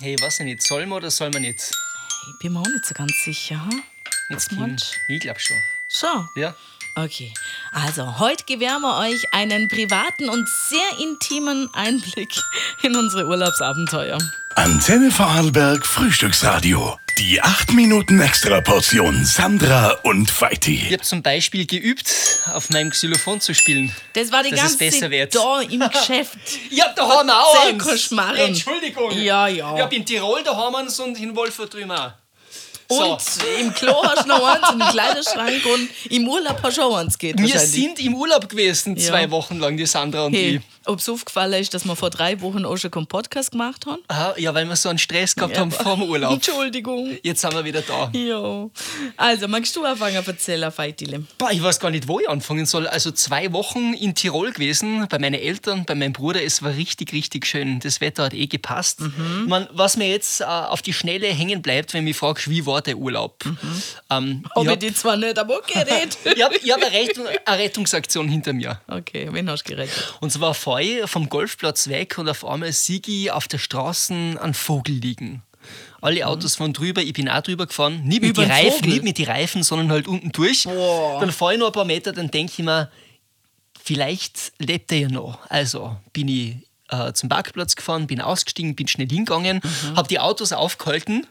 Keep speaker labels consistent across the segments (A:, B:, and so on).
A: Hey, ich weiß ja nicht, soll man oder soll man nicht?
B: Ich bin mir auch nicht so ganz sicher. Hm?
A: Jetzt
B: Was meinst
A: Ich glaube schon.
B: Schon.
A: Ja?
B: Okay, also heute gewähren wir euch einen privaten und sehr intimen Einblick in unsere Urlaubsabenteuer.
C: Antenne Vorarlberg Frühstücksradio. Die 8 Minuten Extra Portion Sandra und
A: Ich
C: Feiti.
A: habe zum Beispiel geübt, auf meinem Xylophon zu spielen.
B: Das war die
A: Dass es
B: ganze
A: besser wird.
B: da im Geschäft.
A: Ich hab daheim auch
B: Erzähl
A: eins.
B: keinen Schmarrn.
A: Hey, Entschuldigung.
B: Ja, ja.
A: Ich hab in Tirol daheim eins und in Wolfurt drüben auch. So.
B: Und im Klo hast du noch eins, im Kleiderschrank und im Urlaub hast du auch eins geht
A: Wir
B: wahrscheinlich.
A: sind im Urlaub gewesen,
B: Ja.
A: zwei Wochen lang, die Sandra und
B: Hey,
A: ich.
B: ob es aufgefallen ist, dass wir vor drei Wochen auch schon einen Podcast gemacht haben?
A: Aha, Ah, ja, weil wir so einen Stress gehabt haben
B: aber-
A: vorm Urlaub.
B: Entschuldigung.
A: Jetzt sind wir wieder da.
B: Ja. Also, magst du anfangen, erzählen, Feitile?
A: Boah, ich weiß gar nicht, wo ich anfangen soll. Also zwei Wochen in Tirol gewesen, bei meinen Eltern, bei meinem Bruder. Es war richtig, richtig schön. Das Wetter hat eh gepasst.
B: Mhm.
A: Ich mein, was mir jetzt äh, auf die Schnelle hängen bleibt, wenn ich mich fragst, wie war der Urlaub? Ähm,
B: Ob
A: ich
B: Mhm. ich,
A: habe
B: die zwar nicht, aber okay, red.
A: hab, ich hab eine, Rettung, eine Rettungsaktion hinter mir.
B: Okay, wen hast du gerettet?
A: Und zwar fahre ich vom Golfplatz weg und auf einmal sieg ich auf der Straße einen Vogel liegen. Alle Autos fahren drüber, ich bin auch drüber gefahren. Nicht mit, die
B: Mhm. Über den
A: Reifen,
B: Vogel?
A: nicht mit die Reifen, sondern halt unten durch.
B: Boah.
A: Dann fahre ich noch ein paar Meter, dann denke ich mir, vielleicht lebt er ja noch. Also bin ich äh, zum Parkplatz gefahren, bin ausgestiegen, bin schnell hingegangen, habe die Autos aufgehalten.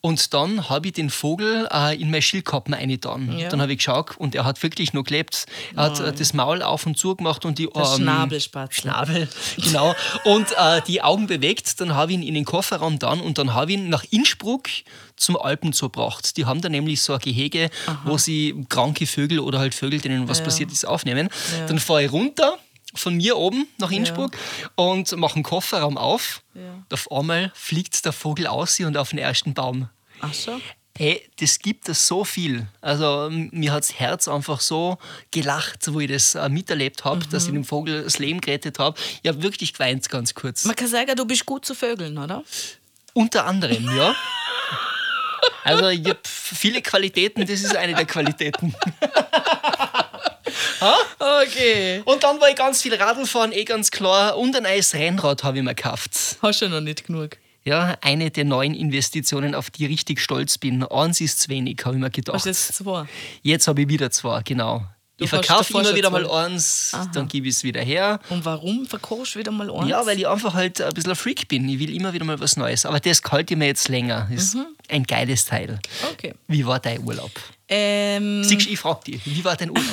A: Und dann habe ich den Vogel äh, in meine Schildkappen eingetan.
B: Ja.
A: Dann habe ich geschaut und er hat wirklich noch gelebt. Er hat äh, das Maul auf und zu gemacht und die
B: Der
A: ähm,
B: Schnabelspatz.
A: Schnabel, genau. Und äh, die Augen bewegt, dann habe ich ihn in den Kofferraum dann und dann habe ich ihn nach Innsbruck zum Alpenzoo gebracht. Die haben da nämlich so ein Gehege, wo sie kranke Vögel oder halt Vögel, denen was passiert ist, aufnehmen. Dann fahre ich runter von mir oben nach Innsbruck und mache den Kofferraum auf.
B: Ja.
A: Und auf einmal fliegt der Vogel aus und auf den ersten Baum.
B: Ach so.
A: Hey, das gibt es so viel. Also m- mir hat das Herz einfach so gelacht, wo ich das äh, miterlebt habe, dass ich dem Vogel das Leben gerettet habe. Ich habe wirklich geweint, ganz kurz.
B: Man kann sagen, du bist gut zu Vögeln, oder?
A: Unter anderem, ja. Also ich habe viele Qualitäten, das ist eine der Qualitäten.
B: Okay.
A: Und dann war ich ganz viel Radl fahren, eh ganz klar. Und ein neues Rennrad habe ich mir gekauft.
B: Hast du noch nicht genug.
A: Ja, eine der neuen Investitionen, auf die ich richtig stolz bin. Eins ist zu wenig, habe ich mir gedacht.
B: Hast du jetzt zwei?
A: Jetzt habe ich wieder zwei, genau.
B: Du
A: ich
B: hast
A: verkaufe
B: davor
A: immer
B: schon
A: wieder
B: zwei.
A: mal eins, dann gebe ich es wieder her.
B: Und warum verkaufst du wieder mal eins?
A: Ja, weil ich einfach halt ein bisschen ein Freak bin. Ich will immer wieder mal was Neues. Aber das halte ich mir jetzt länger. Ist
B: Mhm.
A: ein geiles Teil.
B: Okay.
A: Wie war dein Urlaub?
B: Ähm,
A: Siehst du, ich frage dich, wie war dein Urlaub?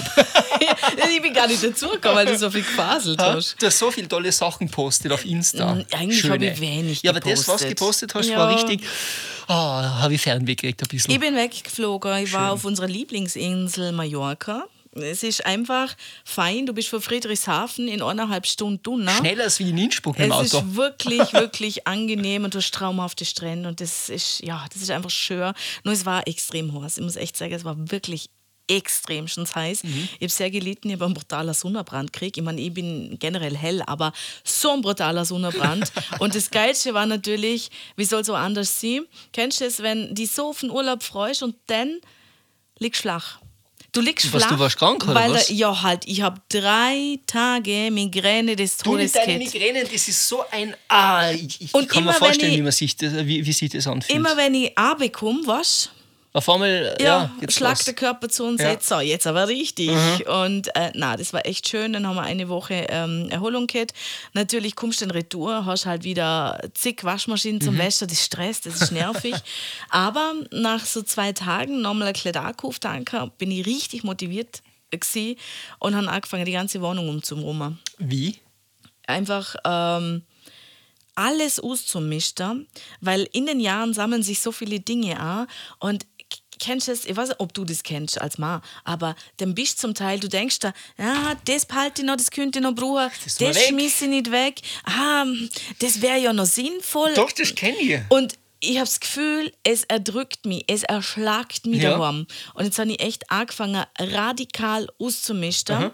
B: ich bin gar nicht dazugekommen, weil du so viel gefaselt
A: Ha?
B: hast.
A: du hast so viele tolle Sachen gepostet auf Insta.
B: Mm, eigentlich
A: Schöne.
B: habe ich wenig
A: Ja, aber das, was du
B: gepostet.
A: gepostet hast,
B: Ja.
A: war richtig. Ah, habe ich Fernweh gekriegt ein bisschen.
B: Ich bin weggeflogen. Ich war auf unserer Lieblingsinsel Mallorca. Es ist einfach fein. Du bist von Friedrichshafen in eineinhalb Stunden Dunna.
A: Schneller als wie in Innsbruck mit
B: Es
A: dem Auto.
B: ist wirklich, wirklich angenehm und du hast traumhafte Strände und das ist, ja, das ist einfach schön. Nur es war extrem heiß. Ich muss echt sagen, es war wirklich extrem schon heiß.
A: Mhm.
B: Ich habe sehr gelitten, ich habe einen brutalen Sonnenbrand gekriegt. Ich meine, ich bin generell hell, aber so ein brutaler Sonnenbrand. und das Geilste war natürlich, wie soll so anders sein? Kennst du es, wenn die so auf den Urlaub freust und dann liegst du flach? Du liegst
A: Was,
B: flach.
A: du warst krank, oder
B: weil
A: was?
B: Da, ja, halt, ich habe drei Tage Migräne des
A: Du mit
B: Todes
A: deinen
B: gehabt.
A: Migränen, das ist so ein. Ah, ich, ich
B: Und
A: kann mir
B: immer, wenn
A: vorstellen,
B: ich-
A: wie, man sich das, wie, wie sich das anfühlt.
B: Immer wenn ich abkomme, was?
A: Auf einmal, ja,
B: Ja,
A: jetzt
B: schlagt
A: los.
B: der Körper zu und
A: Ja. Mhm.
B: sagt, so, jetzt aber richtig. Und äh, na, das war echt schön. Dann haben wir eine Woche ähm, Erholung gehabt. Natürlich kommst du in Retour, hast halt wieder zig Waschmaschinen
A: Mhm.
B: zum Wäschen, das stresst, das ist nervig. aber nach so zwei Tagen nochmal ein Kledarkauf danke, bin ich richtig motiviert gsi und habe angefangen, die ganze Wohnung umzurummen
A: Wie?
B: einfach ähm, alles auszumischen, weil in den Jahren sammeln sich so viele Dinge an und k- kennst du es, ich weiß nicht, ob du das kennst als Mann, aber dann bist du zum Teil, du denkst da, ja, das behalte ich noch, das könnte ich noch brauchen,
A: Das
B: das,
A: mal weg.
B: schmiss ich nicht weg, ah, das wäre ja noch sinnvoll.
A: Doch, das kenne ich.
B: Und ich habe das Gefühl, es erdrückt mich, es erschlagt mich
A: Ja.
B: daheim. Und jetzt habe ich echt angefangen, radikal auszumischen.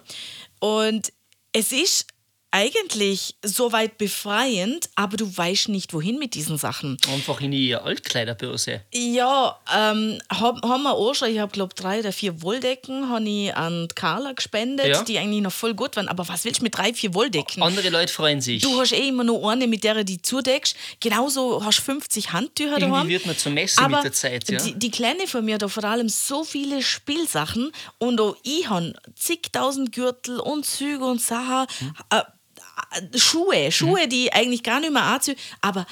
B: Und es ist eigentlich so weit befreiend, aber du weißt nicht, wohin mit diesen Sachen.
A: Einfach in die Altkleiderbörse.
B: Ja, ähm, hab- haben wir auch schon, ich habe glaube drei oder vier Wolldecken habe ich an Carla gespendet,
A: Ja.
B: die eigentlich noch voll gut waren. Aber was willst du mit drei, vier Wolldecken?
A: Andere Leute freuen sich.
B: Du hast eh immer nur eine, mit der du die zudeckst. Genauso hast du 50 Handtücher
A: Irgendwie
B: daheim.
A: wird man zum Messen
B: Aber
A: mit der Zeit, ja.
B: Die, die Kleine von mir hat vor allem so viele Spielsachen und auch ich habe zigtausend Gürtel und Züge und Sachen,
A: Hm.
B: äh, äh, Schuhe, Schuhe, die eigentlich gar nicht mehr anziehen, aber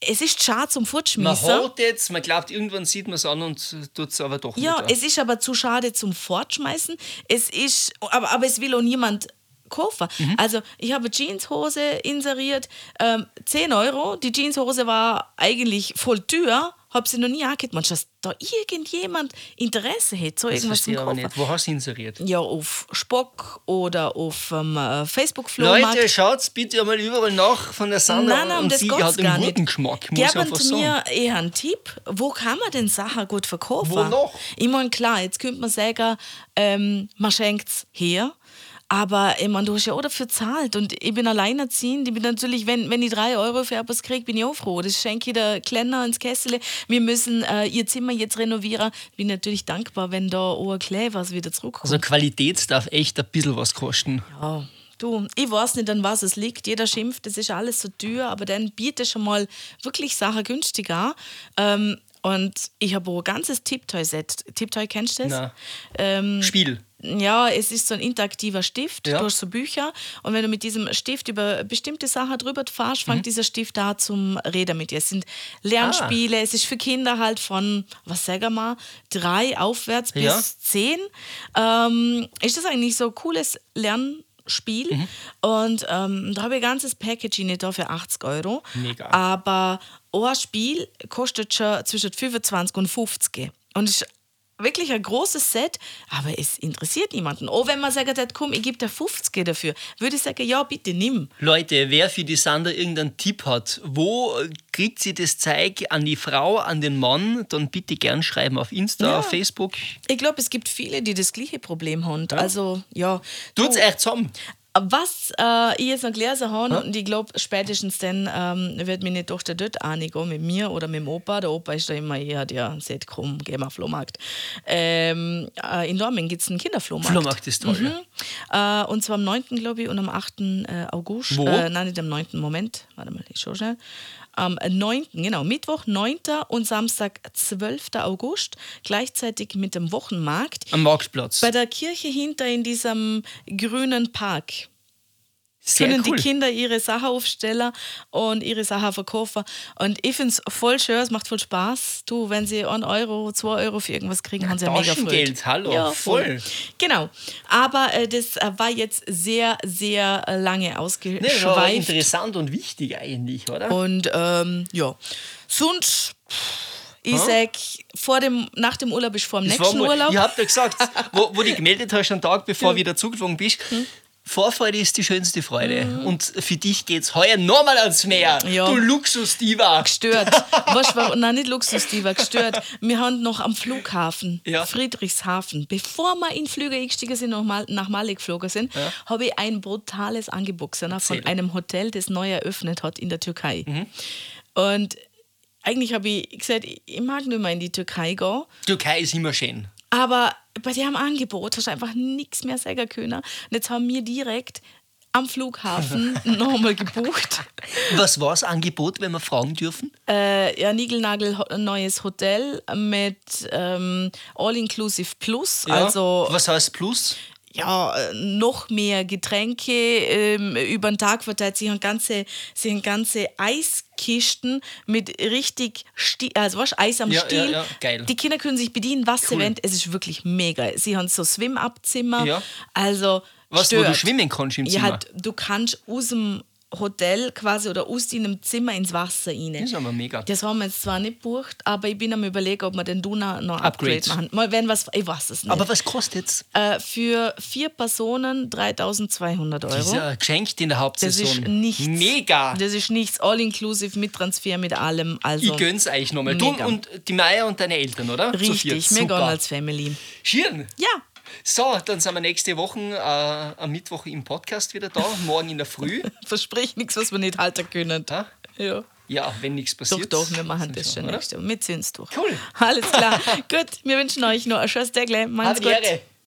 B: es ist schade zum
A: man
B: Fortschmissen.
A: hat jetzt, man glaubt, irgendwann sieht man es an und tut es aber doch
B: Ja,
A: nicht. an.
B: es ist aber zu schade zum Fortschmeißen. Es ist, aber, aber es will auch niemand kaufen.
A: Mhm.
B: Also ich habe eine Jeanshose inseriert, ähm, 10 Euro. Die Jeanshose war eigentlich voll teuer, habe sie noch nie angekriegt. Man schaut, da irgendjemand Interesse hätte, so
A: das
B: irgendwas
A: verstehe
B: zum
A: ich aber
B: Kaufen.
A: nicht. Wo hast du inseriert?
B: Ja, auf Spock oder auf ähm, äh, Facebook-Flohmarkt.
A: Leute, schaut's bitte einmal überall nach von der Sandra.
B: Nein, nein, um
A: und
B: das
A: sie
B: geht gar
A: hat einen
B: nicht.
A: guten Geschmack, muss ich
B: Geben
A: einfach
B: Sie
A: sagen.
B: mir eher einen Tipp, wo kann man denn Sachen gut verkaufen?
A: Wo noch?
B: Ich meine, klar, jetzt könnte man sagen, ähm, man schenkt es her. Aber ich meine, du hast ja auch dafür gezahlt und ich bin alleinerziehend. Ich bin natürlich, wenn, wenn ich drei Euro für etwas kriege, bin ich auch froh. Das schenke ich der Kleiner ins Kessel. Wir müssen äh, ihr Zimmer jetzt renovieren. Bin natürlich dankbar, wenn da auch ein Klein was wieder zurückkommt.
A: Also Qualität darf echt ein bisschen was kosten.
B: Ja, du, ich weiß nicht, an was es liegt. Jeder schimpft, es ist alles so teuer, aber dann biete schon mal wirklich Sachen günstig an. Ähm, und ich habe ein ganzes Tipptoy-Set. Tipptoy kennst du das?
A: Nein.
B: Ähm,
A: Spiel.
B: ja, es ist so ein interaktiver Stift,
A: Ja.
B: du hast so Bücher und wenn du mit diesem Stift über bestimmte Sachen drüber fährst,
A: Mhm.
B: fängt dieser Stift da zum Reden mit dir. Es sind Lernspiele,
A: Ah.
B: es ist für Kinder halt von, was sagen wir, drei aufwärts bis
A: Ja.
B: zehn. Ähm, ist das eigentlich so ein cooles Lernspiel?
A: Mhm.
B: Und ähm, da habe ich ein ganzes Packaging da für 80 Euro.
A: Mega.
B: Aber ein Spiel kostet schon zwischen 25 und 50. Und ist wirklich ein großes Set, aber es interessiert niemanden. Oh, wenn man sagt, hat, komm, ich gebe dir 50 dafür, würde ich sagen, ja, bitte nimm.
A: Leute, wer für die Sandra irgendeinen Tipp hat, wo kriegt sie das Zeug an die Frau, an den Mann, dann bitte gern schreiben auf Insta,
B: Ja.
A: auf Facebook.
B: Ich glaube, es gibt viele, die das gleiche Problem haben. Also, ja.
A: Tut's euch zusammen.
B: Was äh, ich jetzt noch gelesen habe, und ich glaube, spätestens dann ähm, wird mich nicht doch der dort einig gehen, mit mir oder mit dem Opa. Der Opa ist da immer, ihr hat ja seht, komm, gehen wir auf den Flohmarkt. Ähm, äh, in Dormen gibt es einen Kinderflohmarkt.
A: Flohmarkt ist toll.
B: Mhm. Äh, und zwar am 9. glaube ich und am 8. äh, August.
A: Wo?
B: Äh, nein, nicht am 9. Moment. Warte mal, ich schau schnell. Am 9. genau, Mittwoch, 9. und Samstag, 12. August, gleichzeitig mit dem Wochenmarkt.
A: Am Marktplatz.
B: Bei der Kirche hinter in diesem grünen Park
A: Sehr
B: können
A: cool.
B: die Kinder ihre Sachen aufstellen und ihre Sachen verkaufen. Und ich finde es voll schön, es macht voll Spaß. Du, wenn sie 1 Euro, 2 Euro für irgendwas kriegen, haben sie ja mega
A: Taschengeld,
B: Freude.
A: hallo,
B: ja,
A: voll.
B: Genau. Aber äh, das äh, war jetzt sehr, sehr äh, lange
A: Nee, das war
B: ausgeschweift.
A: interessant und wichtig eigentlich, oder?
B: und ähm, ja, sonst, pff, ich sag, vor dem, nach dem Urlaub ist vor dem
A: Das war
B: nächsten
A: mal-
B: Urlaub.
A: Ich hab dir gesagt, wo, wo du gemeldet hast, einen Tag bevor du wieder zugeflogen bist,
B: Hm.
A: Vorfreude ist die schönste Freude. Und für dich geht's heuer nochmal ans Meer.
B: Mhm. Ja.
A: Du Luxus-Diva.
B: gestört. Weißt du, warum? Nein, nicht Luxus, die war gestört. Wir haben noch am Flughafen,
A: Ja.
B: Friedrichshafen, bevor wir in Flüge eingestiegen sind und mal, nach Mali geflogen sind, habe ich ein brutales Angebot gesehen ne, von
A: Erzähl. Mhm.
B: einem Hotel, das neu eröffnet hat in der Türkei. Und eigentlich habe ich gesagt, ich ich mag nicht mehr in die Türkei gehen.
A: Türkei ist immer schön.
B: Aber bei dem Angebot hast du einfach nichts mehr sagen können. Und jetzt haben wir direkt am Flughafen nochmal gebucht.
A: Was war das Angebot, wenn wir fragen dürfen?
B: Äh, ja, Nigelnagel ho- neues Hotel mit ähm, All-Inclusive Plus,
A: Ja.
B: also
A: Was heißt Plus?
B: ja, äh, noch mehr Getränke ähm, über den Tag verteilt. Sie haben ganze, sie haben ganze Eiskisten mit richtig Sti also, weißt, Eis am
A: Ja, ja,
B: Stiel.
A: ja, geil.
B: Die Kinder können sich bedienen, was sie
A: Cool.
B: wollen. Es ist wirklich mega. Sie haben so Swim-Up-Zimmer.
A: Ja.
B: Also,
A: Was, wo
B: stört.
A: du schwimmen kannst im
B: Ja,
A: Zimmer?
B: halt, du kannst aus dem Hotel quasi oder aus deinem Zimmer ins Wasser rein.
A: Das ist aber mega.
B: Das haben wir jetzt zwar nicht bucht, aber ich bin am überlegen, ob wir den Duna noch ein Upgrade,
A: Upgrade.
B: machen. Mal wenn was, ich weiß es nicht.
A: Aber was kostet's?
B: äh, für vier Personen 3200 Euro.
A: Dieser geschenkt in der
B: das
A: Hauptsaison.
B: ist nichts.
A: Mega.
B: Das ist nichts. All inclusive mit Transfer, mit allem. Also
A: ich gönn's euch nochmal. Du
B: Mega.
A: und die Meier und deine Eltern, oder? Zu viert.
B: richtig. Wir gehen
A: Super.
B: als Family.
A: Schirn.
B: Ja.
A: So, dann sind wir nächste Woche äh, am Mittwoch im Podcast wieder da, morgen in der Früh.
B: Versprich nichts, was wir nicht halten können.
A: Ja,
B: Ja.
A: ja wenn nichts
B: Doch,
A: passiert.
B: doch, wir machen das
A: sind's
B: schon
A: oder?
B: nächste Woche. Wir ziehen's durch.
A: Cool.
B: Alles klar. gut, wir wünschen euch noch ein schönes Tag. Macht's
A: Hat die
B: gut.
A: Ehre.